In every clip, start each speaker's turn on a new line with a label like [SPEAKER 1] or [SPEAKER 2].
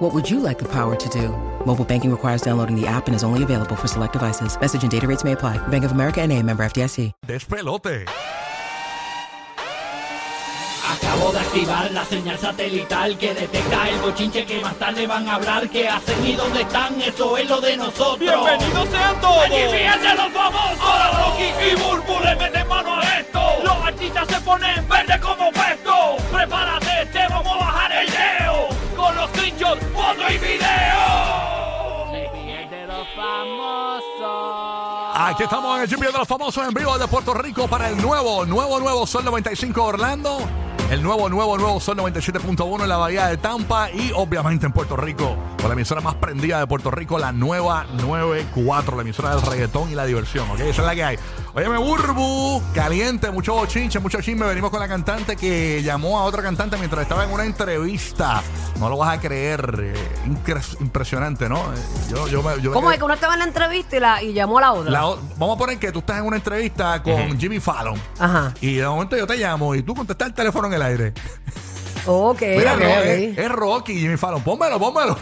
[SPEAKER 1] What would you like the power to do? Mobile banking requires downloading the app and is only available for select devices. Message and data rates may apply. Bank of America and a member FDIC.
[SPEAKER 2] Despelote.
[SPEAKER 3] Acabo de activar la señal satelital que detecta el bochinche que más tarde van a hablar. ¿Qué hacen y dónde están? Eso es lo de nosotros.
[SPEAKER 4] ¡Bienvenidos sean todos!
[SPEAKER 3] ¡Aquí fíjense los famosos!
[SPEAKER 4] Ahora Rocky y Burbu le meten mano a esto. Los artistas se ponen verde como puesto. Prepárate, te vamos a bajar el leo. Con los trinchos, foto y video.
[SPEAKER 3] de los famosos!
[SPEAKER 2] Aquí estamos en el GP de los famosos en vivo de Puerto Rico para el nuevo, nuevo, nuevo Sol 95 Orlando. El nuevo, nuevo, nuevo Sol 97.1 en la Bahía de Tampa y obviamente en Puerto Rico. Con la emisora más prendida de Puerto Rico, la nueva 94, la emisora del reggaetón y la diversión. ¿ok? Esa es la que hay. Óyeme, Burbu, caliente, mucho bochinche, mucho chisme. Venimos con la cantante que llamó a otra cantante mientras estaba en una entrevista. No lo vas a creer. eh, incres- impresionante, ¿no? Eh, Yo, yo, me- yo me
[SPEAKER 5] ¿Cómo
[SPEAKER 2] quedé-
[SPEAKER 5] es que uno estaba en la entrevista y, la, y llamó a la otra?
[SPEAKER 2] la o- vamos a poner que tú estás en una entrevista con Jimmy Fallon.
[SPEAKER 5] Ajá.
[SPEAKER 2] Y de momento yo te llamo y tú contestas el teléfono en el aire.
[SPEAKER 5] Ok,
[SPEAKER 2] Mira,
[SPEAKER 5] Eh,
[SPEAKER 2] eh, Ro-
[SPEAKER 5] ok,
[SPEAKER 2] es,
[SPEAKER 5] ok.
[SPEAKER 2] es Rocky, Jimmy Fallon. Pónmelo, pónmelo.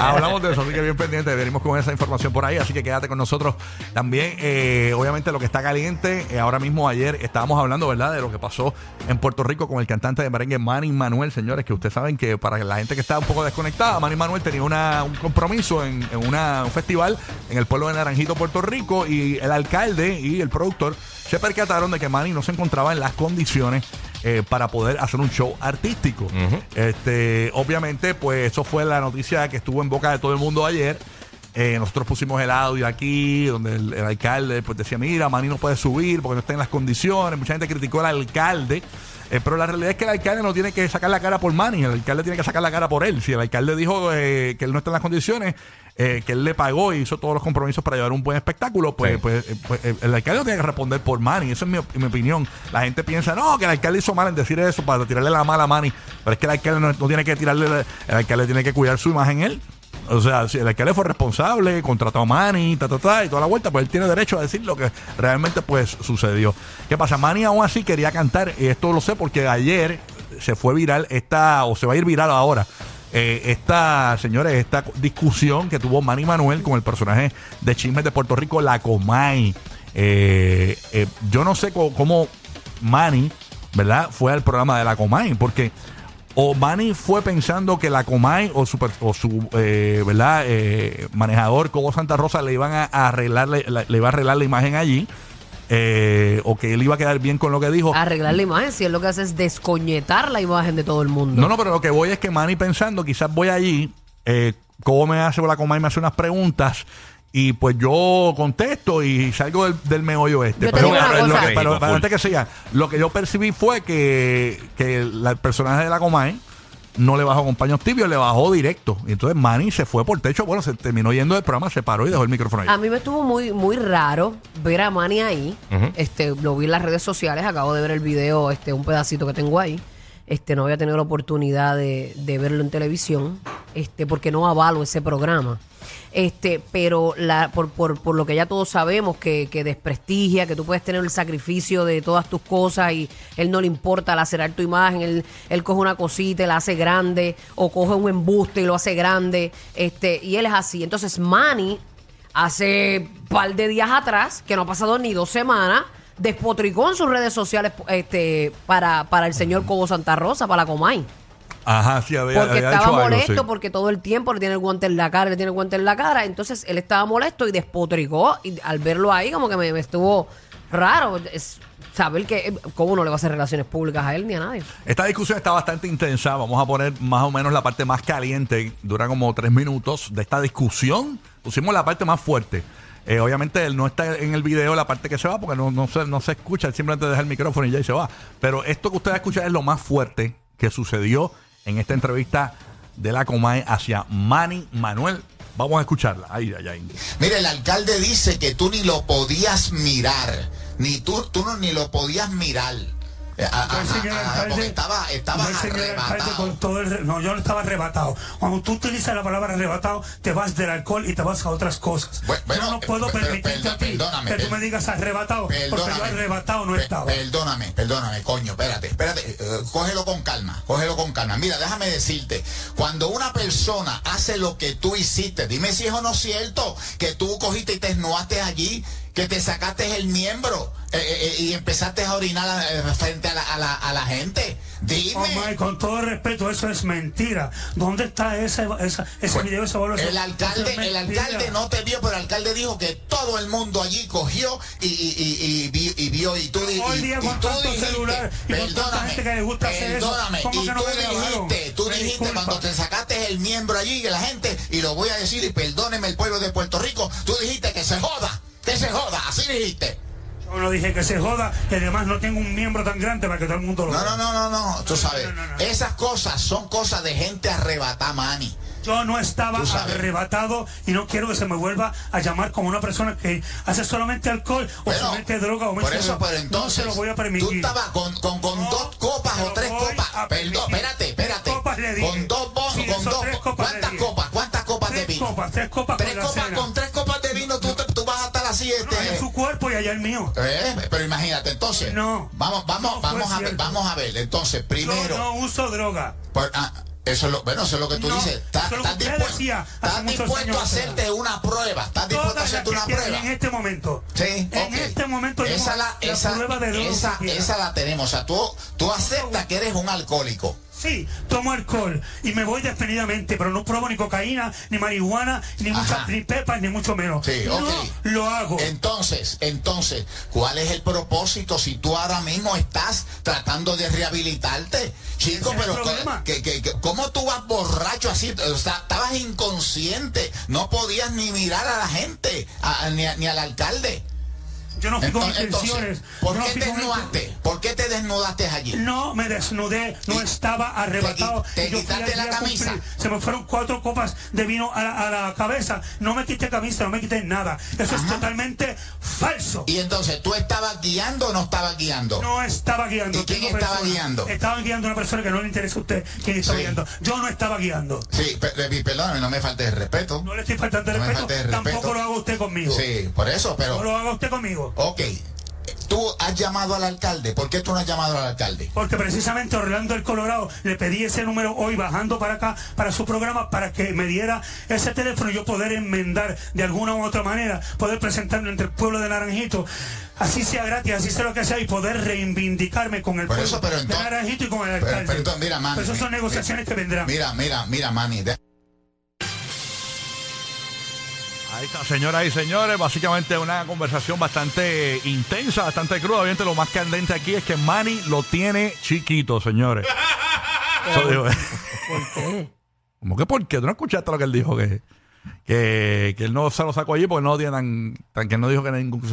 [SPEAKER 2] Hablamos de eso, así que bien pendiente. Venimos con esa información por ahí, así que quédate con nosotros también. eh, obviamente, lo que está caliente, eh, ahora mismo ayer estábamos hablando, ¿verdad?, de lo que pasó en Puerto Rico con el cantante de merengue Manny Manuel, señores, que ustedes saben que para la gente que está un poco desconectada, Manny Manuel tenía una- un compromiso en, en una- un festival en el pueblo de Naranjito, Puerto Rico, y el alcalde y el productor se percataron de que Manny no se encontraba en las condiciones eh, para poder hacer un show artístico. este, obviamente, pues eso fue la noticia que estuvo en boca de todo el mundo ayer. Eh, nosotros pusimos el audio aquí, donde el, el alcalde pues, decía, mira, Manny no puede subir porque no está en las condiciones. Mucha gente criticó al alcalde. Eh, pero la realidad es que el alcalde no tiene que sacar la cara por Manny, el alcalde tiene que sacar la cara por él. Si el alcalde dijo eh, que él no está en las condiciones, eh, que él le pagó y hizo todos los compromisos para llevar un buen espectáculo, pues, pues, eh, pues, eh, el alcalde no tiene que responder por Manny. Eso es mi, op- mi opinión. La gente piensa, no, que el alcalde hizo mal en decir eso para tirarle la mala a Manny. Pero es que el alcalde no, no tiene que tirarle, la- el alcalde tiene que cuidar su imagen él. O sea, si el alcalde fue responsable, contrató a Manny, ta, ta, ta, y toda la vuelta, pues él tiene derecho a decir lo que realmente pues sucedió. ¿Qué pasa? Manny aún así quería cantar, y esto lo sé porque ayer se fue viral esta, o se va a ir viral ahora, eh, esta, señores, esta discusión que tuvo Manny Manuel con el personaje de Chismes de Puerto Rico, la Comay. Eh, eh, yo no sé co- cómo Manny, ¿verdad? Fue al programa de la Comay, porque o Manny fue pensando que la Comay o su, per- o su eh, ¿verdad? Eh, manejador Cobo Santa Rosa le iban a arreglar, la- la- le iba a arreglar la imagen allí. eh, o que él iba a quedar bien con lo que dijo.
[SPEAKER 5] Arreglar la imagen, si es lo que hace es descoñetar la imagen de todo el mundo.
[SPEAKER 2] No, no, pero lo que voy es que Manny pensando, quizás voy allí, eh, cómo me hace la coma y me hace unas preguntas. Y pues yo contesto y salgo del, del meollo este.
[SPEAKER 5] Yo te
[SPEAKER 2] pero
[SPEAKER 5] digo una
[SPEAKER 2] pero-
[SPEAKER 5] cosa.
[SPEAKER 2] lo que- pero-
[SPEAKER 6] México,
[SPEAKER 2] pero
[SPEAKER 6] full.
[SPEAKER 2] antes que siga, lo que yo percibí fue que, que la- el personaje de la Comay no le bajó con paños tibios, le bajó directo. Y entonces Manny se fue por techo. Bueno, se terminó yendo del programa, se paró y dejó el micrófono ahí.
[SPEAKER 5] A mí me estuvo muy, muy raro ver a Manny ahí. Este, lo vi en las redes sociales, acabo de ver el video, este, un pedacito que tengo ahí. Este, no había tenido la oportunidad de, de verlo en televisión, este, porque no avalo ese programa. Este, pero la, por, por, por lo que ya todos sabemos, que, que desprestigia, que tú puedes tener el sacrificio de todas tus cosas y él no le importa lacerar tu imagen, él, él coge una cosita y la hace grande, o coge un embuste y lo hace grande, este, y él es así. Entonces Manny hace par de días atrás, que no ha pasado ni dos semanas, despotricó en sus redes sociales este, para, para el señor Cobo Santa Rosa, para la Comay.
[SPEAKER 2] Ajá, sí, había,
[SPEAKER 5] Porque
[SPEAKER 2] había
[SPEAKER 5] estaba
[SPEAKER 2] hecho algo,
[SPEAKER 5] molesto,
[SPEAKER 2] sí.
[SPEAKER 5] porque todo el tiempo le tiene el guante en la cara, le tiene el guante en la cara. Entonces él estaba molesto y despotricó. Y al verlo ahí, como que me, me estuvo raro es saber que eh, cómo no le va a hacer relaciones públicas a él ni a nadie.
[SPEAKER 2] Esta discusión está bastante intensa. Vamos a poner más o menos la parte más caliente. Dura como tres minutos de esta discusión. Pusimos la parte más fuerte. Eh, obviamente él no está en el video la parte que se va porque no, no se, no se escucha. Él simplemente deja el micrófono y ya y se va. Pero esto que usted va a escuchar es lo más fuerte que sucedió en esta entrevista de la Comay hacia Manny Manuel Vamos a escucharla. Ahí, ahí, ahí.
[SPEAKER 6] Mira, el alcalde dice que tú ni lo podías mirar, ni tú, tú no, ni lo podías mirar. Eh, a- a-
[SPEAKER 7] No, el Pues, señor
[SPEAKER 6] a- a-
[SPEAKER 7] alcalde-
[SPEAKER 6] porque estaba, estaba
[SPEAKER 7] no, el señor alcalde
[SPEAKER 6] arrebatado.
[SPEAKER 7] con todo el re- no, yo no estaba arrebatado. Cuando tú utilizas la palabra arrebatado, te vas del alcohol y te vas a otras cosas.
[SPEAKER 6] Bu- bueno, eh,
[SPEAKER 7] yo no puedo
[SPEAKER 6] pe- pe-
[SPEAKER 7] permitirte
[SPEAKER 6] perdón-
[SPEAKER 7] a ti
[SPEAKER 6] perdóname,
[SPEAKER 7] que tú
[SPEAKER 6] per-
[SPEAKER 7] me digas arrebatado, porque yo arrebatado no
[SPEAKER 6] pe-
[SPEAKER 7] estaba.
[SPEAKER 6] Perdóname, perdóname, coño, espérate, espérate, eh, cógelo con calma, cógelo con calma. Mira, déjame decirte, cuando una persona hace lo que tú hiciste, dime si es o no cierto que tú cogiste y te esnoaste allí, que te sacaste el miembro eh, eh, eh, y empezaste a orinar eh, frente a la, a la- a la gente. Dime.
[SPEAKER 7] Oh my, con todo respeto, eso es mentira. ¿Dónde está ese, esa, ese
[SPEAKER 6] Bueno,
[SPEAKER 7] video, esa evaluación?
[SPEAKER 6] El
[SPEAKER 7] Eso
[SPEAKER 6] alcalde,
[SPEAKER 7] es
[SPEAKER 6] el
[SPEAKER 7] mentira.
[SPEAKER 6] alcalde no te vio, pero el alcalde dijo que todo el mundo allí cogió y, y- y- y vi- y vio y tú di-
[SPEAKER 7] Hoy
[SPEAKER 6] y-
[SPEAKER 7] día
[SPEAKER 6] y
[SPEAKER 7] con
[SPEAKER 6] tú
[SPEAKER 7] tanto
[SPEAKER 6] dijiste,
[SPEAKER 7] celular y con tanta
[SPEAKER 6] perdóname,
[SPEAKER 7] gente que le gusta hacer eso,
[SPEAKER 6] perdóname,
[SPEAKER 7] ¿cómo
[SPEAKER 6] y
[SPEAKER 7] que no
[SPEAKER 6] tú
[SPEAKER 7] me grabaron?
[SPEAKER 6] dijiste, tú
[SPEAKER 7] Me
[SPEAKER 6] dijiste
[SPEAKER 7] disculpa.
[SPEAKER 6] cuando te sacaste el miembro allí que la gente y lo voy a decir y perdóneme el pueblo de Puerto Rico, tú dijiste que se joda, que se joda, así dijiste.
[SPEAKER 7] Yo no dije que se joda, que además no tengo un miembro tan grande para que todo el mundo lo
[SPEAKER 6] No,
[SPEAKER 7] vea.
[SPEAKER 6] no, no, no, no, tú
[SPEAKER 7] No, no,
[SPEAKER 6] sabes,
[SPEAKER 7] no, no, no.
[SPEAKER 6] esas cosas son cosas de gente arrebatada, mani.
[SPEAKER 7] Yo no estaba
[SPEAKER 6] Tú sabes.
[SPEAKER 7] arrebatado y no quiero que se me vuelva a llamar como una persona que hace solamente alcohol o
[SPEAKER 6] Bueno,
[SPEAKER 7] se mete droga o mete
[SPEAKER 6] por eso,
[SPEAKER 7] droga.
[SPEAKER 6] pero entonces
[SPEAKER 7] no se lo voy a
[SPEAKER 6] tú
[SPEAKER 7] permitir.
[SPEAKER 6] estabas con, con, con
[SPEAKER 7] No
[SPEAKER 6] dos copas
[SPEAKER 7] se
[SPEAKER 6] o
[SPEAKER 7] lo
[SPEAKER 6] tres
[SPEAKER 7] voy
[SPEAKER 6] copas.
[SPEAKER 7] a permitir.
[SPEAKER 6] Perdón, espérate, espérate.
[SPEAKER 7] Tres copas le dije.
[SPEAKER 6] Con dos bo-
[SPEAKER 7] Sí,
[SPEAKER 6] con
[SPEAKER 7] eso,
[SPEAKER 6] dos
[SPEAKER 7] tres
[SPEAKER 6] bo-
[SPEAKER 7] copas le
[SPEAKER 6] ¿Cuántas
[SPEAKER 7] dije.
[SPEAKER 6] copas? ¿Cuántas copas
[SPEAKER 7] Tres
[SPEAKER 6] de vino?
[SPEAKER 7] copas, tres copas
[SPEAKER 6] Tres
[SPEAKER 7] con la
[SPEAKER 6] copas
[SPEAKER 7] cena.
[SPEAKER 6] con tres copas de vino, tú, te- tú vas a estar así
[SPEAKER 7] No, allá
[SPEAKER 6] este.
[SPEAKER 7] es su cuerpo y allá el mío.
[SPEAKER 6] eh, pero imagínate, entonces,
[SPEAKER 7] No,
[SPEAKER 6] vamos, vamos,
[SPEAKER 7] no fue
[SPEAKER 6] vamos a ver,
[SPEAKER 7] cierto.
[SPEAKER 6] vamos a ver. Entonces, primero,
[SPEAKER 7] Yo no uso droga.
[SPEAKER 6] por- ah, eso es lo, bueno, eso es lo que tú
[SPEAKER 7] No,
[SPEAKER 6] dices. Estás
[SPEAKER 7] eso es lo
[SPEAKER 6] estás
[SPEAKER 7] que usted
[SPEAKER 6] dispuesto,
[SPEAKER 7] decía hace
[SPEAKER 6] estás
[SPEAKER 7] muchos
[SPEAKER 6] dispuesto
[SPEAKER 7] años
[SPEAKER 6] a hacerte
[SPEAKER 7] atrás.
[SPEAKER 6] una prueba. Estás dispuesto a
[SPEAKER 7] Todas las
[SPEAKER 6] hacerte
[SPEAKER 7] que
[SPEAKER 6] una
[SPEAKER 7] tienen
[SPEAKER 6] prueba.
[SPEAKER 7] en este momento.
[SPEAKER 6] Sí,
[SPEAKER 7] en
[SPEAKER 6] ok.
[SPEAKER 7] este momento yo
[SPEAKER 6] esa
[SPEAKER 7] no-
[SPEAKER 6] la,
[SPEAKER 7] la
[SPEAKER 6] esa,
[SPEAKER 7] prueba de droga
[SPEAKER 6] esa,
[SPEAKER 7] siquiera.
[SPEAKER 6] esa la tenemos. O sea, tú, tú aceptas que eres un alcohólico.
[SPEAKER 7] Sí, tomo alcohol y me voy despedidamente, pero no pruebo ni cocaína, ni marihuana, ni
[SPEAKER 6] Ajá.
[SPEAKER 7] muchas ni pepas, ni mucho menos.
[SPEAKER 6] Sí,
[SPEAKER 7] no
[SPEAKER 6] ok.
[SPEAKER 7] lo hago.
[SPEAKER 6] Entonces, entonces, ¿cuál es el propósito si tú ahora mismo estás tratando de rehabilitarte? Chico,
[SPEAKER 7] Ese es
[SPEAKER 6] pero
[SPEAKER 7] el
[SPEAKER 6] co-
[SPEAKER 7] problema.
[SPEAKER 6] que- que- que- ¿cómo tú vas borracho así? O sea, estabas inconsciente, no podías ni mirar a la gente, a- a- ni, a- ni al alcalde.
[SPEAKER 7] Yo no fui con
[SPEAKER 6] Entonces,
[SPEAKER 7] intenciones.
[SPEAKER 6] ¿por
[SPEAKER 7] yo no
[SPEAKER 6] qué
[SPEAKER 7] fui
[SPEAKER 6] te
[SPEAKER 7] con
[SPEAKER 6] desnudaste? ¿Por qué te desnudaste allí?
[SPEAKER 7] No me desnudé, no
[SPEAKER 6] Y-
[SPEAKER 7] estaba arrebatado.
[SPEAKER 6] te
[SPEAKER 7] y yo fui
[SPEAKER 6] quitaste
[SPEAKER 7] allí
[SPEAKER 6] la
[SPEAKER 7] a cumplir.
[SPEAKER 6] camisa.
[SPEAKER 7] Se me fueron cuatro copas de vino a la, a la cabeza. No me quité camisa, no me quité nada. Eso es
[SPEAKER 6] Ajá.
[SPEAKER 7] totalmente falso.
[SPEAKER 6] Y entonces, ¿tú estabas guiando o no estabas guiando?
[SPEAKER 7] No estaba guiando.
[SPEAKER 6] ¿Y quién
[SPEAKER 7] tengo
[SPEAKER 6] estaba
[SPEAKER 7] personas.
[SPEAKER 6] guiando?
[SPEAKER 7] Estaba guiando una persona que no le interesa a usted quién estaba
[SPEAKER 6] Sí.
[SPEAKER 7] guiando. Yo no estaba guiando.
[SPEAKER 6] Sí, pe- eh, perdóname, no me falte el respeto.
[SPEAKER 7] No le estoy faltando el
[SPEAKER 6] No me
[SPEAKER 7] respeto,
[SPEAKER 6] falte el respeto.
[SPEAKER 7] tampoco lo haga usted conmigo.
[SPEAKER 6] Sí, por eso,
[SPEAKER 7] No
[SPEAKER 6] pero.
[SPEAKER 7] lo haga usted conmigo.
[SPEAKER 6] Ok. Tú has llamado al alcalde. ¿Por qué tú no has llamado al alcalde?
[SPEAKER 7] Porque precisamente Orlando el Colorado le pedí ese número hoy bajando para acá, para su programa, para que me diera ese teléfono y yo poder enmendar de alguna u otra manera, poder presentarme entre el pueblo de Naranjito, así sea gratis, así sea lo que sea, y poder reivindicarme con el
[SPEAKER 6] Por
[SPEAKER 7] pueblo
[SPEAKER 6] eso, pero
[SPEAKER 7] de
[SPEAKER 6] entonces-
[SPEAKER 7] Naranjito y con el
[SPEAKER 6] Pero-
[SPEAKER 7] alcalde.
[SPEAKER 6] pero entonces, mira, Manny,
[SPEAKER 7] Pero esas son
[SPEAKER 6] mira,
[SPEAKER 7] negociaciones que vendrán.
[SPEAKER 6] Mira, mira, mira, Manny. de-
[SPEAKER 2] Ahí está, señoras y señores. Básicamente una conversación bastante intensa, bastante cruda. Obviamente lo más candente aquí es que Manny lo tiene chiquito, señores. Eso digo.
[SPEAKER 5] ¿Por qué?
[SPEAKER 2] ¿Cómo que por qué? ¿Tú no escuchaste lo que él dijo? Que, que, que él no se lo sacó allí porque no lo tiene tan, tan- que él no dijo que ningún, que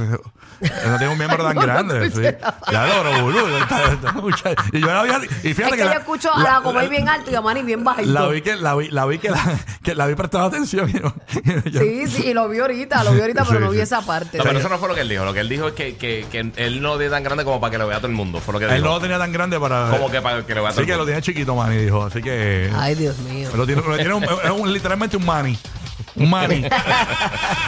[SPEAKER 2] no tiene un miembro tan
[SPEAKER 5] No, no
[SPEAKER 2] grande. sí.
[SPEAKER 5] escuché nada.
[SPEAKER 2] Ya lo pero, boludo. está- está mucha- Y yo la vi así- y
[SPEAKER 5] Es
[SPEAKER 2] fíjate
[SPEAKER 5] que
[SPEAKER 2] que
[SPEAKER 5] yo
[SPEAKER 2] la-
[SPEAKER 5] escucho
[SPEAKER 2] la-
[SPEAKER 5] a la comer bien alto y a Manny bien bajito.
[SPEAKER 2] la vi que la vi, la vi que la, que la vi prestando atención. y no- y yo-
[SPEAKER 5] Sí, sí, y lo vi ahorita, lo vi ahorita, pero
[SPEAKER 2] Sí,
[SPEAKER 5] no vi
[SPEAKER 2] sí.
[SPEAKER 5] esa parte.
[SPEAKER 8] No, pero eso no fue lo que él dijo. Lo que él dijo es que, que, que él no lo dio tan grande como para que lo vea todo el mundo. Fue lo que
[SPEAKER 2] Él
[SPEAKER 8] dijo.
[SPEAKER 2] no lo tenía tan grande para.
[SPEAKER 8] Como que para que lo vea
[SPEAKER 2] Así
[SPEAKER 8] todo el
[SPEAKER 2] que lo
[SPEAKER 8] mundo.
[SPEAKER 2] tiene chiquito, Manny, dijo. Así que.
[SPEAKER 5] Ay, Dios mío.
[SPEAKER 2] Lo tiene, lo tiene un- es un- literalmente un mani. Un mani.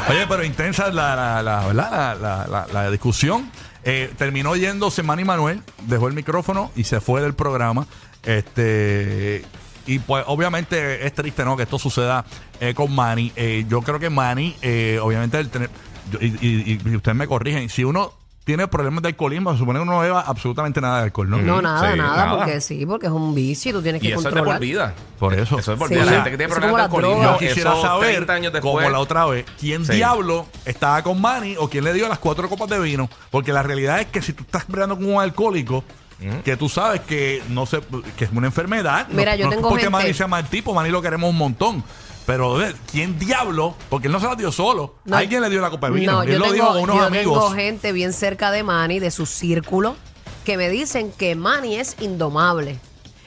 [SPEAKER 2] Oye, pero intensa la, la, la, ¿verdad? la, la- la- la discusión. Eh, terminó yéndose Manny Manuel, dejó el micrófono y se fue del programa. Este. Y pues obviamente es triste, ¿no? Que esto suceda eh, con Manny. Eh, yo creo que Manny, eh, obviamente, el tener- yo- y, y- y- y ustedes me corrigen, si uno tiene problemas de alcoholismo, se supone que uno no beba absolutamente nada de alcohol, ¿no?
[SPEAKER 5] No, nada,
[SPEAKER 8] Sí,
[SPEAKER 5] nada,
[SPEAKER 8] nada.
[SPEAKER 5] porque sí, porque es un vicio y tú tienes que
[SPEAKER 8] Y eso es de por
[SPEAKER 5] controlar.
[SPEAKER 8] vida.
[SPEAKER 2] Por eso.
[SPEAKER 8] Eso es por
[SPEAKER 5] Sí.
[SPEAKER 8] vida. La
[SPEAKER 5] O
[SPEAKER 8] gente
[SPEAKER 5] sea,
[SPEAKER 8] que tiene
[SPEAKER 5] eso es
[SPEAKER 8] problemas de
[SPEAKER 5] como las
[SPEAKER 8] alcoholismo.
[SPEAKER 2] Yo
[SPEAKER 5] drogas.
[SPEAKER 8] eso
[SPEAKER 2] quisiera saber,
[SPEAKER 8] 30 años después.
[SPEAKER 2] como la otra vez, quién
[SPEAKER 8] Sí.
[SPEAKER 2] diablo estaba con Manny o quién le dio las cuatro copas de vino. Porque la realidad es que si tú estás peleando con un alcohólico,
[SPEAKER 8] Mm.
[SPEAKER 2] que tú sabes que no sé, que es una enfermedad. no-
[SPEAKER 5] Mira, yo
[SPEAKER 2] no es
[SPEAKER 5] tengo
[SPEAKER 2] porque
[SPEAKER 5] gente-
[SPEAKER 2] Manny sea mal tipo, Manny lo queremos un montón. Pero, eh, ¿quién diablo? Porque él no se la dio solo.
[SPEAKER 5] No,
[SPEAKER 2] Alguien le dio la copa de vino.
[SPEAKER 5] No,
[SPEAKER 2] él
[SPEAKER 5] yo,
[SPEAKER 2] lo
[SPEAKER 5] tengo,
[SPEAKER 2] dio a unos
[SPEAKER 5] yo
[SPEAKER 2] amigos.
[SPEAKER 5] tengo gente bien cerca de Manny, de su círculo, que me dicen que Manny es indomable.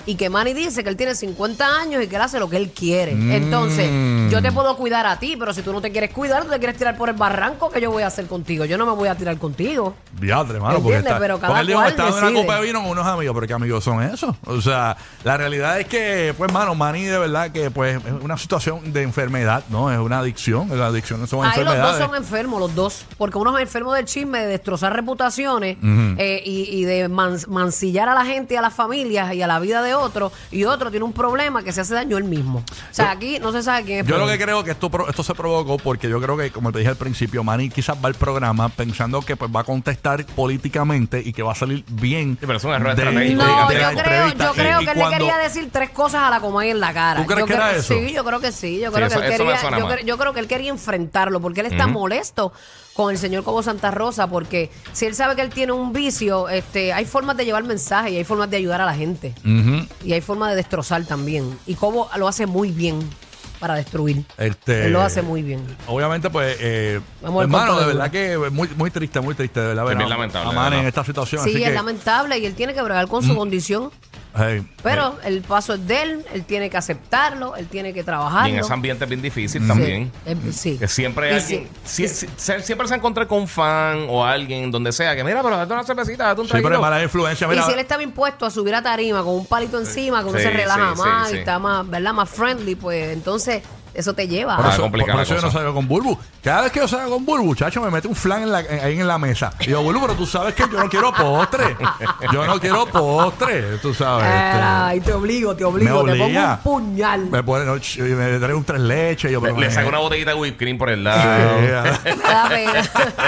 [SPEAKER 5] y que Manny dice que él tiene 50 años y que él hace lo que él quiere.
[SPEAKER 8] Mm.
[SPEAKER 5] Entonces, yo te puedo cuidar a ti, pero si tú no te quieres cuidar, tú te quieres tirar por el barranco, ¿qué yo voy a hacer contigo? Yo no me voy a tirar contigo.
[SPEAKER 2] Diadre, mano, porque,
[SPEAKER 5] ¿Entiendes?
[SPEAKER 2] está,
[SPEAKER 5] Pero cada
[SPEAKER 2] porque él dijo
[SPEAKER 5] cual
[SPEAKER 2] estaba en una
[SPEAKER 5] decide.
[SPEAKER 2] copa de vino con unos amigos, pero ¿qué amigos son esos? O sea, la realidad es que, pues, mano, Manny de verdad que, pues, es una situación de enfermedad, ¿no? Es una adicción, las adicciones son
[SPEAKER 5] Ahí los dos
[SPEAKER 2] enfermedades.
[SPEAKER 5] son enfermos, los dos. Porque uno es enfermo del chisme, de destrozar reputaciones eh, y, y de man- mancillar a la gente y a las familias y a la vida de otro. Y otro tiene un problema que se hace daño él mismo. O sea, aquí no se sabe quién es.
[SPEAKER 2] Yo lo
[SPEAKER 5] peor.
[SPEAKER 2] que creo que esto, pro- esto se provocó porque yo creo que, como te dije al principio, Manny quizás va al programa pensando que pues, va a contestar políticamente y que va a salir bien.
[SPEAKER 8] Sí, pero es un error
[SPEAKER 2] de-
[SPEAKER 8] estratégico.
[SPEAKER 5] No,
[SPEAKER 2] de
[SPEAKER 5] yo
[SPEAKER 2] la
[SPEAKER 5] creo,
[SPEAKER 2] entrevista.
[SPEAKER 5] yo creo
[SPEAKER 2] Y- y
[SPEAKER 5] que él le
[SPEAKER 2] cuando-
[SPEAKER 5] quería decir tres cosas a la Comay en la cara.
[SPEAKER 2] ¿Tú crees
[SPEAKER 5] yo
[SPEAKER 2] que
[SPEAKER 5] creo,
[SPEAKER 2] era eso?
[SPEAKER 5] Sí, yo creo que sí. Yo creo,
[SPEAKER 8] eso-
[SPEAKER 5] que, él
[SPEAKER 8] eso me
[SPEAKER 5] quería,
[SPEAKER 8] suena
[SPEAKER 5] yo,
[SPEAKER 8] mal.
[SPEAKER 5] cre- yo creo que él quería enfrentarlo porque él está molesto con el señor Cobo Santa Rosa porque si él sabe que él tiene un vicio, este, hay formas de llevar mensajes y hay formas de ayudar a la gente. Y hay formas de destrozar también. Y Cobo lo hace muy bien para destruir.
[SPEAKER 2] Este-
[SPEAKER 5] Él lo hace muy bien.
[SPEAKER 2] Obviamente, pues, eh,
[SPEAKER 5] Vamos al
[SPEAKER 2] hermano,
[SPEAKER 5] compa
[SPEAKER 2] de
[SPEAKER 5] de
[SPEAKER 2] verdad que muy, muy triste, muy triste, de verdad.
[SPEAKER 8] Es
[SPEAKER 2] ver
[SPEAKER 8] bien
[SPEAKER 2] a-
[SPEAKER 8] lamentable,
[SPEAKER 2] a Manny
[SPEAKER 8] de
[SPEAKER 2] en
[SPEAKER 8] verdad.
[SPEAKER 2] esta situación.
[SPEAKER 5] Sí,
[SPEAKER 2] así
[SPEAKER 5] es
[SPEAKER 2] que,
[SPEAKER 5] lamentable y él tiene que bregar con su condición.
[SPEAKER 2] hey, eh,
[SPEAKER 5] Pero el paso es de él, él tiene que aceptarlo, él tiene que trabajarlo.
[SPEAKER 8] Y en ese ambiente es bien difícil también.
[SPEAKER 5] Eh, sí.
[SPEAKER 8] Que siempre hay
[SPEAKER 5] Y sí.
[SPEAKER 8] alguien. si- si- se- siempre se encuentra con un fan o alguien donde sea que, mira, pero date una cervecita, date un
[SPEAKER 2] eh, sí, pero es
[SPEAKER 8] traguito.
[SPEAKER 2] mala influencia.
[SPEAKER 5] Y
[SPEAKER 2] Mira,
[SPEAKER 5] si él estaba impuesto a subir a tarima con un palito encima, que uno
[SPEAKER 8] Sí,
[SPEAKER 5] se relaja
[SPEAKER 8] sí, sí,
[SPEAKER 5] más
[SPEAKER 8] sí.
[SPEAKER 5] y está más, ¿verdad? Más friendly, pues entonces eso te lleva.
[SPEAKER 2] Por
[SPEAKER 8] Ah,
[SPEAKER 2] eso,
[SPEAKER 8] complicada
[SPEAKER 2] por eso
[SPEAKER 8] la
[SPEAKER 2] yo no
[SPEAKER 8] cosa.
[SPEAKER 2] salgo con Bulbu. Cada vez que yo salgo con Bulbu, chacho, me mete un flan en la- en- ahí en la mesa. Y yo, Bulbu, pero tú sabes que yo no quiero postre. Yo no quiero postre, tú sabes. este.
[SPEAKER 5] Era, y Ah, te obligo, te
[SPEAKER 2] me
[SPEAKER 5] obligo, te pongo
[SPEAKER 2] obliga.
[SPEAKER 5] un puñal.
[SPEAKER 2] Me, pone, no, ch- me trae un tres leches. Yo,
[SPEAKER 8] Le,
[SPEAKER 2] pero,
[SPEAKER 8] le
[SPEAKER 2] eh,
[SPEAKER 8] saco una botellita de whipped cream por el lado.
[SPEAKER 2] sí,
[SPEAKER 5] Me da pena.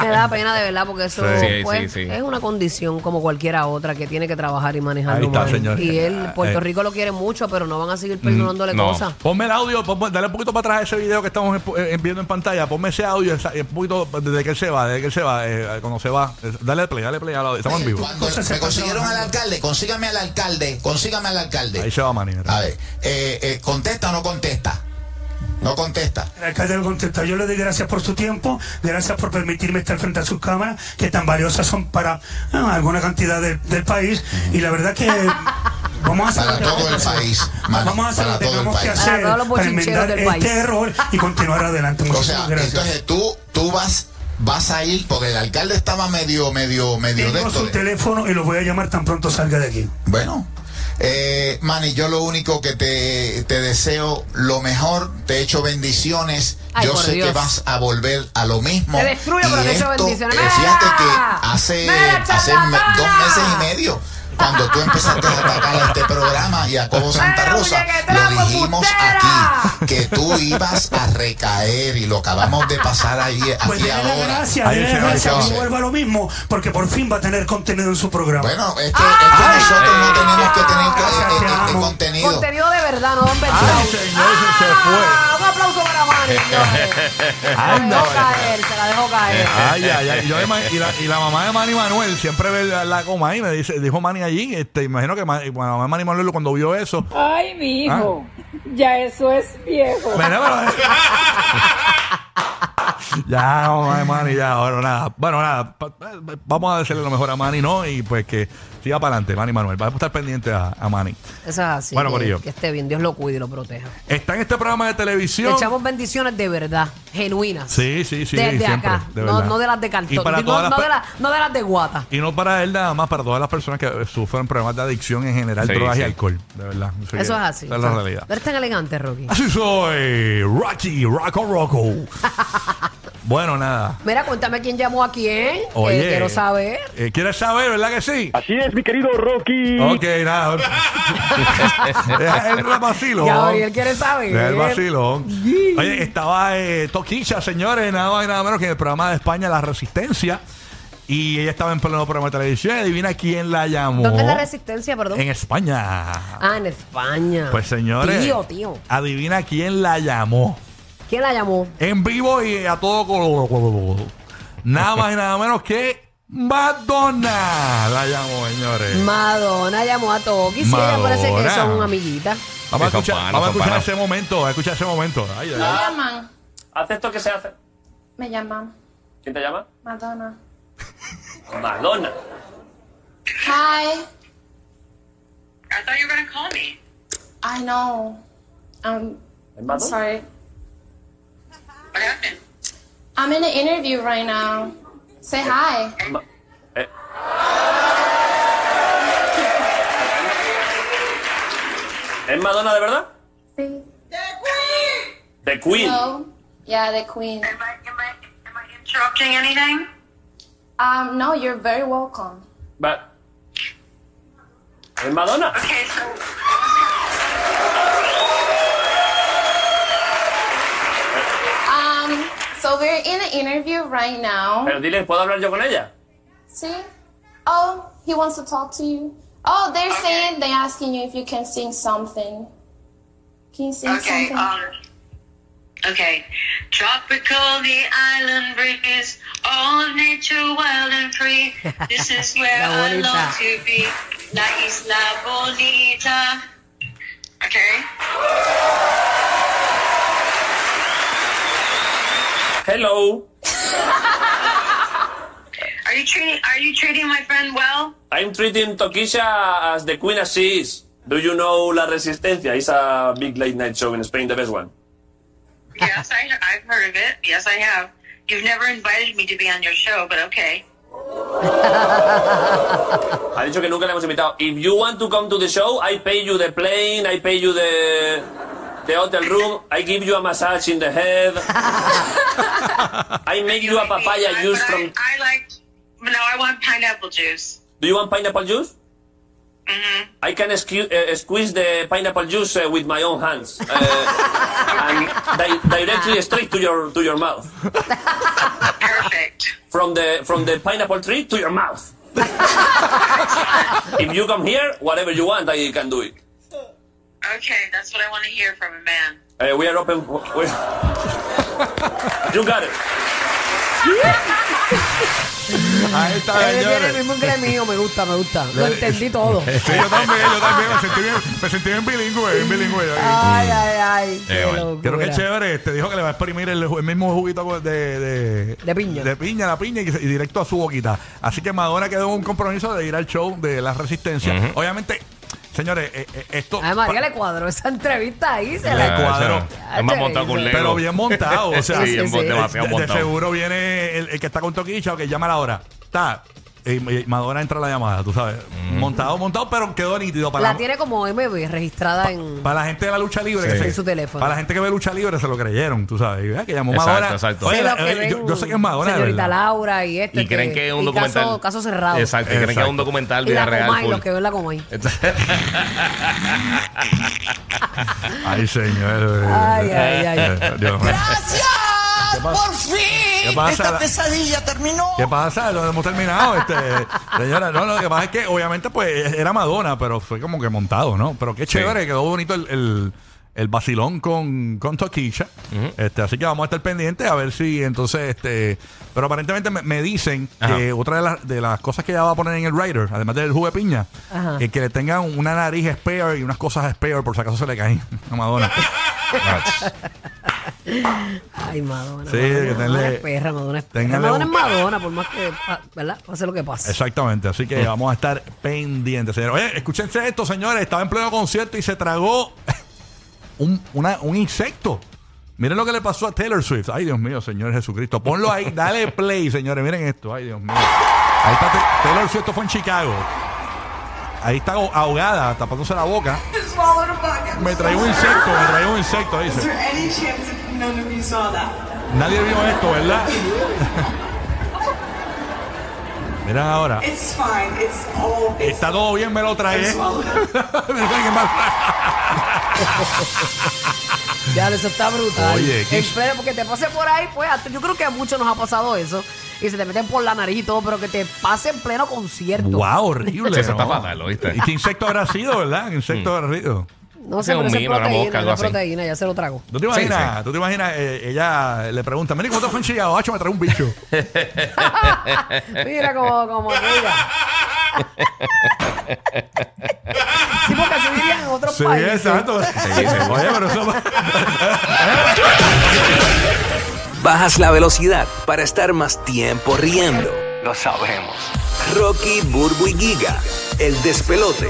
[SPEAKER 5] Me da pena de verdad, porque eso
[SPEAKER 8] Sí,
[SPEAKER 5] pues,
[SPEAKER 8] sí, sí.
[SPEAKER 5] es una condición como cualquiera otra que tiene que trabajar y manejar.
[SPEAKER 2] Ahí está, señor.
[SPEAKER 5] Y él, Puerto
[SPEAKER 2] Eh.
[SPEAKER 5] Rico lo quiere mucho, pero no van a seguir perdonándole
[SPEAKER 8] Mm, no.
[SPEAKER 5] cosas.
[SPEAKER 2] Ponme el audio, ponme- dale un poquito para atrás ese video que estamos eh, viendo en pantalla. Ponme ese audio, esa- un poquito desde que él se va, desde que él se va, eh, cuando se va. Eh, Dale play, dale play al audio. Estamos en vivo.
[SPEAKER 6] Cuando
[SPEAKER 7] Cosas
[SPEAKER 6] me
[SPEAKER 7] están
[SPEAKER 6] consiguieron al
[SPEAKER 7] trabajando.
[SPEAKER 6] alcalde, consígame al alcalde, consígame al
[SPEAKER 2] Ahí
[SPEAKER 6] alcalde.
[SPEAKER 2] se va Manny. mira.
[SPEAKER 6] A ver, eh, eh, ¿contesta o no contesta? No contesta.
[SPEAKER 7] El alcalde lo contestó. Yo le doy gracias por su tiempo, gracias por permitirme estar frente a sus cámaras, que tan valiosas son para ah, alguna cantidad de- del país. Y la verdad que vamos a hacer
[SPEAKER 6] Para
[SPEAKER 7] lo que
[SPEAKER 6] todo el
[SPEAKER 7] vamos a hacer.
[SPEAKER 6] país, Manny,
[SPEAKER 7] vamos a hacer
[SPEAKER 6] para
[SPEAKER 7] lo que
[SPEAKER 6] todo el
[SPEAKER 7] tenemos que
[SPEAKER 6] país.
[SPEAKER 7] hacer
[SPEAKER 5] Para todos los
[SPEAKER 7] para
[SPEAKER 5] bochincheros
[SPEAKER 7] enmendar
[SPEAKER 5] del
[SPEAKER 7] este
[SPEAKER 5] país.
[SPEAKER 7] error y continuar adelante.
[SPEAKER 6] O
[SPEAKER 7] Muchísimas
[SPEAKER 6] sea,
[SPEAKER 7] gracias.
[SPEAKER 6] entonces tú, tú vas, vas a ir, porque el alcalde estaba medio, medio, medio de
[SPEAKER 7] Tengo
[SPEAKER 6] esto.
[SPEAKER 7] su
[SPEAKER 6] de-
[SPEAKER 7] teléfono y lo voy a llamar tan pronto salga de aquí.
[SPEAKER 6] Bueno, eh, Manny, yo lo único que te, te deseo lo mejor, te echo bendiciones.
[SPEAKER 5] Ay,
[SPEAKER 6] yo
[SPEAKER 5] por
[SPEAKER 6] sé que
[SPEAKER 5] Dios.
[SPEAKER 6] vas a volver a lo mismo.
[SPEAKER 5] Te destruyo,
[SPEAKER 6] Y
[SPEAKER 5] pero te echo
[SPEAKER 6] esto,
[SPEAKER 5] bendiciones.
[SPEAKER 6] eh,
[SPEAKER 5] ¡Mira!
[SPEAKER 6] fíjate que hace,
[SPEAKER 5] ¡Mira,
[SPEAKER 6] hace me-
[SPEAKER 5] charlatana!
[SPEAKER 6] dos meses y medio, cuando tú empezaste a atacar a este programa y a Cobo Santa
[SPEAKER 5] ¡Mira,
[SPEAKER 6] Rosa,
[SPEAKER 5] muñequetrapo,
[SPEAKER 6] lo dijimos
[SPEAKER 5] embustera!
[SPEAKER 6] aquí, que tú ibas a recaer y lo acabamos de pasar ahí,
[SPEAKER 7] Pues
[SPEAKER 6] aquí
[SPEAKER 7] dele las
[SPEAKER 6] ahora.
[SPEAKER 7] gracias,
[SPEAKER 2] Ahí
[SPEAKER 7] dele
[SPEAKER 2] se
[SPEAKER 7] las
[SPEAKER 2] va,
[SPEAKER 6] ahí
[SPEAKER 7] gracias
[SPEAKER 6] se
[SPEAKER 7] que
[SPEAKER 6] va.
[SPEAKER 7] vuelva lo mismo, porque por fin va a tener contenido en su programa.
[SPEAKER 6] Bueno, es que, es que nosotros no tenemos que tener eh, eh, eh,
[SPEAKER 7] Gracias,
[SPEAKER 6] contenido.
[SPEAKER 5] Contenido de verdad, no don
[SPEAKER 2] Ay,
[SPEAKER 5] Bertrand.
[SPEAKER 2] señor, se, se fue.
[SPEAKER 5] Ah, Un aplauso para Manny, señores.
[SPEAKER 2] Anda,
[SPEAKER 5] Se la dejó
[SPEAKER 2] vale.
[SPEAKER 5] caer, se la dejó caer.
[SPEAKER 2] Ay, ay, ay. Yo, ima- y, la, y la mamá de Manny Manuel siempre ve la, la coma ahí. Me dice, dijo Manny allí. Este, imagino que Ma- bueno, la mamá de Manny Manuel cuando vio eso.
[SPEAKER 9] Ay, mi hijo, ya eso es viejo.
[SPEAKER 2] Mira, pero- ya, mamá de Manny, ya. Bueno, nada. Bueno, nada. pa- pa- pa- vamos a decirle lo mejor a Manny, ¿no? Y pues que siga para adelante, Manny Manuel. Vamos a estar pendiente a, a Manny.
[SPEAKER 5] Eso es así.
[SPEAKER 2] Bueno,
[SPEAKER 5] que,
[SPEAKER 2] Corillo.
[SPEAKER 5] que esté bien, Dios lo cuide y lo proteja.
[SPEAKER 2] Está en este programa de
[SPEAKER 5] Le
[SPEAKER 2] televisión.
[SPEAKER 5] echamos bendiciones de verdad, genuinas.
[SPEAKER 2] Sí, sí, sí.
[SPEAKER 5] de, de
[SPEAKER 2] siempre,
[SPEAKER 5] acá,
[SPEAKER 2] de
[SPEAKER 5] no,
[SPEAKER 2] verdad.
[SPEAKER 5] no de las de
[SPEAKER 2] Y
[SPEAKER 5] cartón,
[SPEAKER 2] para
[SPEAKER 5] Digo,
[SPEAKER 2] todas las
[SPEAKER 5] no, de
[SPEAKER 2] per-
[SPEAKER 5] la- no de las de guata.
[SPEAKER 2] Y no para él nada más, para todas las personas que eh, sufren problemas de adicción en general,
[SPEAKER 8] Sí,
[SPEAKER 2] drogas y
[SPEAKER 8] sí.
[SPEAKER 2] alcohol. De verdad. Sí,
[SPEAKER 5] Eso es así.
[SPEAKER 2] Esa es la realidad.
[SPEAKER 5] Pero es tan elegante, Rocky.
[SPEAKER 2] Así soy, Rocky, Rocco Rocco. bueno, nada.
[SPEAKER 5] Mira, cuéntame quién llamó a quién. que
[SPEAKER 2] Oye.
[SPEAKER 5] Eh, quiero saber.
[SPEAKER 2] eh, ¿Quieres saber, verdad que sí?
[SPEAKER 10] Así es, mi querido Rocky.
[SPEAKER 2] Ok, nada. Deja el vacilón.
[SPEAKER 5] Gabriel quiere saber.
[SPEAKER 2] Deja el vacilón. Oye, estaba eh, Toquicha, señores, nada más y nada menos que en el programa de España La Resistencia. Y ella estaba en pleno programa de televisión. Adivina quién la llamó.
[SPEAKER 5] ¿Dónde es la resistencia, perdón?
[SPEAKER 2] En España.
[SPEAKER 5] Ah, en España.
[SPEAKER 2] Pues señores,
[SPEAKER 5] Tío, tío.
[SPEAKER 2] adivina quién la llamó.
[SPEAKER 5] ¿Quién la llamó?
[SPEAKER 2] En vivo y a todo color. Nada más y nada menos que Madonna la llamó, señores.
[SPEAKER 5] Madonna llamó a Toki. Sí, ella parece que
[SPEAKER 2] Madonna.
[SPEAKER 5] son amiguitas.
[SPEAKER 2] Vamos a
[SPEAKER 8] Son
[SPEAKER 2] escuchar,
[SPEAKER 8] panas,
[SPEAKER 2] vamos a
[SPEAKER 8] son
[SPEAKER 2] escuchar
[SPEAKER 8] panas.
[SPEAKER 2] ese momento, vamos a escuchar ese momento. Ay, ay, ay.
[SPEAKER 11] llaman?
[SPEAKER 4] Haz esto que se hace.
[SPEAKER 11] Me llaman
[SPEAKER 4] ¿Quién te llama?
[SPEAKER 11] Madonna.
[SPEAKER 4] Madonna.
[SPEAKER 11] Hi. I thought you were going to call me. I know. Um, I'm sorry. What happened? I'm in an interview right now. Say hi.
[SPEAKER 10] ¿Es Madonna de verdad?
[SPEAKER 11] Sí.
[SPEAKER 10] The Queen.
[SPEAKER 11] No. Yeah, the queen. Am I, am I, am I interrupting anything? Um, no, you're very welcome.
[SPEAKER 10] Va- ¿Es Madonna?
[SPEAKER 11] Okay, so um, so we're in an interview right now.
[SPEAKER 10] Pero dile, ¿puedo hablar yo con ella?
[SPEAKER 11] See? Oh, he wants to talk to you. Oh, they're saying they're asking you if you can sing something. Can you sing
[SPEAKER 12] Okay,
[SPEAKER 11] something?
[SPEAKER 12] um, okay. Tropical, the island breeze, all of nature wild and free. This is where
[SPEAKER 5] La
[SPEAKER 12] I
[SPEAKER 5] bonita.
[SPEAKER 12] long to be. La isla bonita. Okay.
[SPEAKER 10] Hello.
[SPEAKER 12] Are you treating Are you treating my friend well?
[SPEAKER 10] I'm treating Tokisha as the Queen as she is. Do you know La Resistencia? It's a big late night show in Spain, the best one.
[SPEAKER 12] Yes, I, I've heard of it. Yes, I have. You've never invited me to be on your show, but okay.
[SPEAKER 10] Ha dicho que nunca la hemos invitado. If you want to come to the show, I pay you the plane, I pay you the, the hotel room, I give you a massage in the head. I make you a papaya juice
[SPEAKER 12] But
[SPEAKER 10] from...
[SPEAKER 12] I, I like. No, I want pineapple juice. Mm-hmm.
[SPEAKER 10] Do you want pineapple juice? I can sque- uh, squeeze the pineapple juice uh, with my own hands uh, and di- directly straight to your to your mouth.
[SPEAKER 12] Perfect.
[SPEAKER 10] From the from the pineapple tree to your mouth. if you come here, whatever you want, I can do it.
[SPEAKER 12] Okay, that's what I want to hear from a man.
[SPEAKER 10] Uh, we are open. For, we you got it.
[SPEAKER 2] Ahí está,
[SPEAKER 5] Él Eh, tiene el
[SPEAKER 2] señores.
[SPEAKER 5] mismo inglés mío, me gusta, me gusta.
[SPEAKER 2] Eh,
[SPEAKER 5] Lo entendí todo.
[SPEAKER 2] Sí, yo también, yo también me sentí bien, me sentí bien bilingüe, bien bilingüe. ahí.
[SPEAKER 5] Ay, ay, ay.
[SPEAKER 8] Eh,
[SPEAKER 5] Qué
[SPEAKER 8] bueno.
[SPEAKER 5] locura.
[SPEAKER 2] Creo que es chévere, te dijo que le va a exprimir el, el mismo juguito de, de,
[SPEAKER 5] De piña.
[SPEAKER 2] De piña, la piña y, y directo a su boquita. Así que Madonna quedó en un compromiso de ir al show de la resistencia. Obviamente, señores, eh, eh, esto.
[SPEAKER 5] Ay, María
[SPEAKER 2] pa-
[SPEAKER 5] le cuadró esa entrevista ahí. Se
[SPEAKER 2] Le
[SPEAKER 5] la...
[SPEAKER 2] cuadro.
[SPEAKER 8] Es más montado que un lego.
[SPEAKER 2] Pero bien montado, o sea,
[SPEAKER 8] sí,
[SPEAKER 5] Sí,
[SPEAKER 8] es
[SPEAKER 5] sí, sí.
[SPEAKER 8] demasiado
[SPEAKER 2] de, de
[SPEAKER 8] montado.
[SPEAKER 2] seguro viene el, el que está con Toquicha o que llama a la hora. Está. Y y Madonna entra a la llamada, tú sabes.
[SPEAKER 8] Mm.
[SPEAKER 2] Montado, montado, pero quedó nítido para
[SPEAKER 5] La tiene como MB registrada en.
[SPEAKER 2] Para la gente de la lucha libre,
[SPEAKER 8] Sí.
[SPEAKER 2] que se-
[SPEAKER 5] En su teléfono.
[SPEAKER 2] Para la gente que ve lucha libre, se lo creyeron, tú sabes. Y, ah, que llamó
[SPEAKER 8] Exacto,
[SPEAKER 2] Madonna.
[SPEAKER 8] exacto.
[SPEAKER 2] Oye,
[SPEAKER 5] Sí,
[SPEAKER 2] la-
[SPEAKER 5] lo que
[SPEAKER 2] eh, yo,
[SPEAKER 5] ven
[SPEAKER 2] yo sé que es Madonna, de
[SPEAKER 5] Señorita
[SPEAKER 2] verdad.
[SPEAKER 5] Laura y este.
[SPEAKER 8] Y creen que es un
[SPEAKER 5] y
[SPEAKER 8] documental.
[SPEAKER 5] Caso, caso cerrado.
[SPEAKER 8] Exacto, y creen que es un
[SPEAKER 2] Exacto.
[SPEAKER 8] documental
[SPEAKER 5] Y
[SPEAKER 8] vida
[SPEAKER 5] la
[SPEAKER 8] real.
[SPEAKER 5] Comay,
[SPEAKER 8] full.
[SPEAKER 5] los que ven la Comay.
[SPEAKER 2] Ay, señor.
[SPEAKER 5] Ay, ay, ay.
[SPEAKER 2] Eh, Dios mío.
[SPEAKER 6] ¡Gracias!
[SPEAKER 2] pasa?
[SPEAKER 6] ¡Por fin!
[SPEAKER 2] ¿Qué pasa? La-
[SPEAKER 6] pesadilla terminó.
[SPEAKER 2] ¿Qué pasa? No hemos terminado, este, señora. No, lo que pasa es que obviamente pues era Madonna, pero fue como que montado, ¿no? Pero qué chévere, quedó bonito el, el, el vacilón con, con Toquilla. este, así que vamos a estar pendientes a ver si entonces, este, pero aparentemente me, me dicen
[SPEAKER 8] Ajá.
[SPEAKER 2] que otra de, las de las cosas que ella va a poner en el rider, además del jugo de piña,
[SPEAKER 5] Ajá.
[SPEAKER 2] es que le tengan una nariz spare y unas cosas spare por si acaso se le caen a Madonna.
[SPEAKER 5] Ay, Madonna.
[SPEAKER 2] Sí,
[SPEAKER 5] Madonna,
[SPEAKER 2] que
[SPEAKER 5] Madonna
[SPEAKER 2] tenle-
[SPEAKER 5] es perra, Madonna es perra.
[SPEAKER 2] téngale
[SPEAKER 5] Madonna
[SPEAKER 2] un-
[SPEAKER 5] es Madonna, por más que. pa- ¿Verdad? Pase lo que pase.
[SPEAKER 2] Exactamente, así que vamos a estar pendientes, señores. Oye, escúchense esto, señores. Estaba en pleno concierto y se tragó un, una- un insecto. Miren lo que le pasó a Taylor Swift. Ay, Dios mío, señor Jesucristo. Ponlo ahí, dale play, señores. Miren esto. Ay, Dios mío. Ahí está Ta- Taylor Swift, esto fue en Chicago. Ahí está aho- ahogada, tapándose la boca. Me traigo un insecto, me traigo un insecto, dice. Nadie vio esto, ¿verdad? Miren ahora. Está todo bien, me lo trae. Me lo trae, ¿qué más?
[SPEAKER 5] Ya, eso está brutal.
[SPEAKER 2] Oye, qué-
[SPEAKER 5] Espera, porque te pase por ahí, pues hasta- yo creo que a muchos nos ha pasado eso. Y se te meten por la nariz y todo, pero que te pase en pleno concierto.
[SPEAKER 2] Guau, horrible.
[SPEAKER 8] Eso está
[SPEAKER 2] ¿no?
[SPEAKER 8] fatal, ¿oíste? Mm.
[SPEAKER 2] ¿Y qué insecto habrá sido, verdad? ¿Qué insecto habrá sido?
[SPEAKER 5] No sé,
[SPEAKER 8] Sí, un
[SPEAKER 5] pero eso es
[SPEAKER 8] mimo, una
[SPEAKER 5] proteína, eso
[SPEAKER 8] mosca, algo
[SPEAKER 5] es
[SPEAKER 8] así.
[SPEAKER 5] proteína, ya se lo trago.
[SPEAKER 2] ¿Tú te imaginas? ¿Tú te imaginas? eh, ella le pregunta, mire, ¿cómo te fue en Chicago? Hacho, me trae un bicho.
[SPEAKER 5] Mira como, como aquella. sí, porque así vivían en otros
[SPEAKER 2] sí,
[SPEAKER 5] países.
[SPEAKER 2] exacto. Oye, pero eso...
[SPEAKER 13] Bajas la velocidad para estar más tiempo riendo. Lo sabemos. Rocky, Burbu y Giga, el despelote.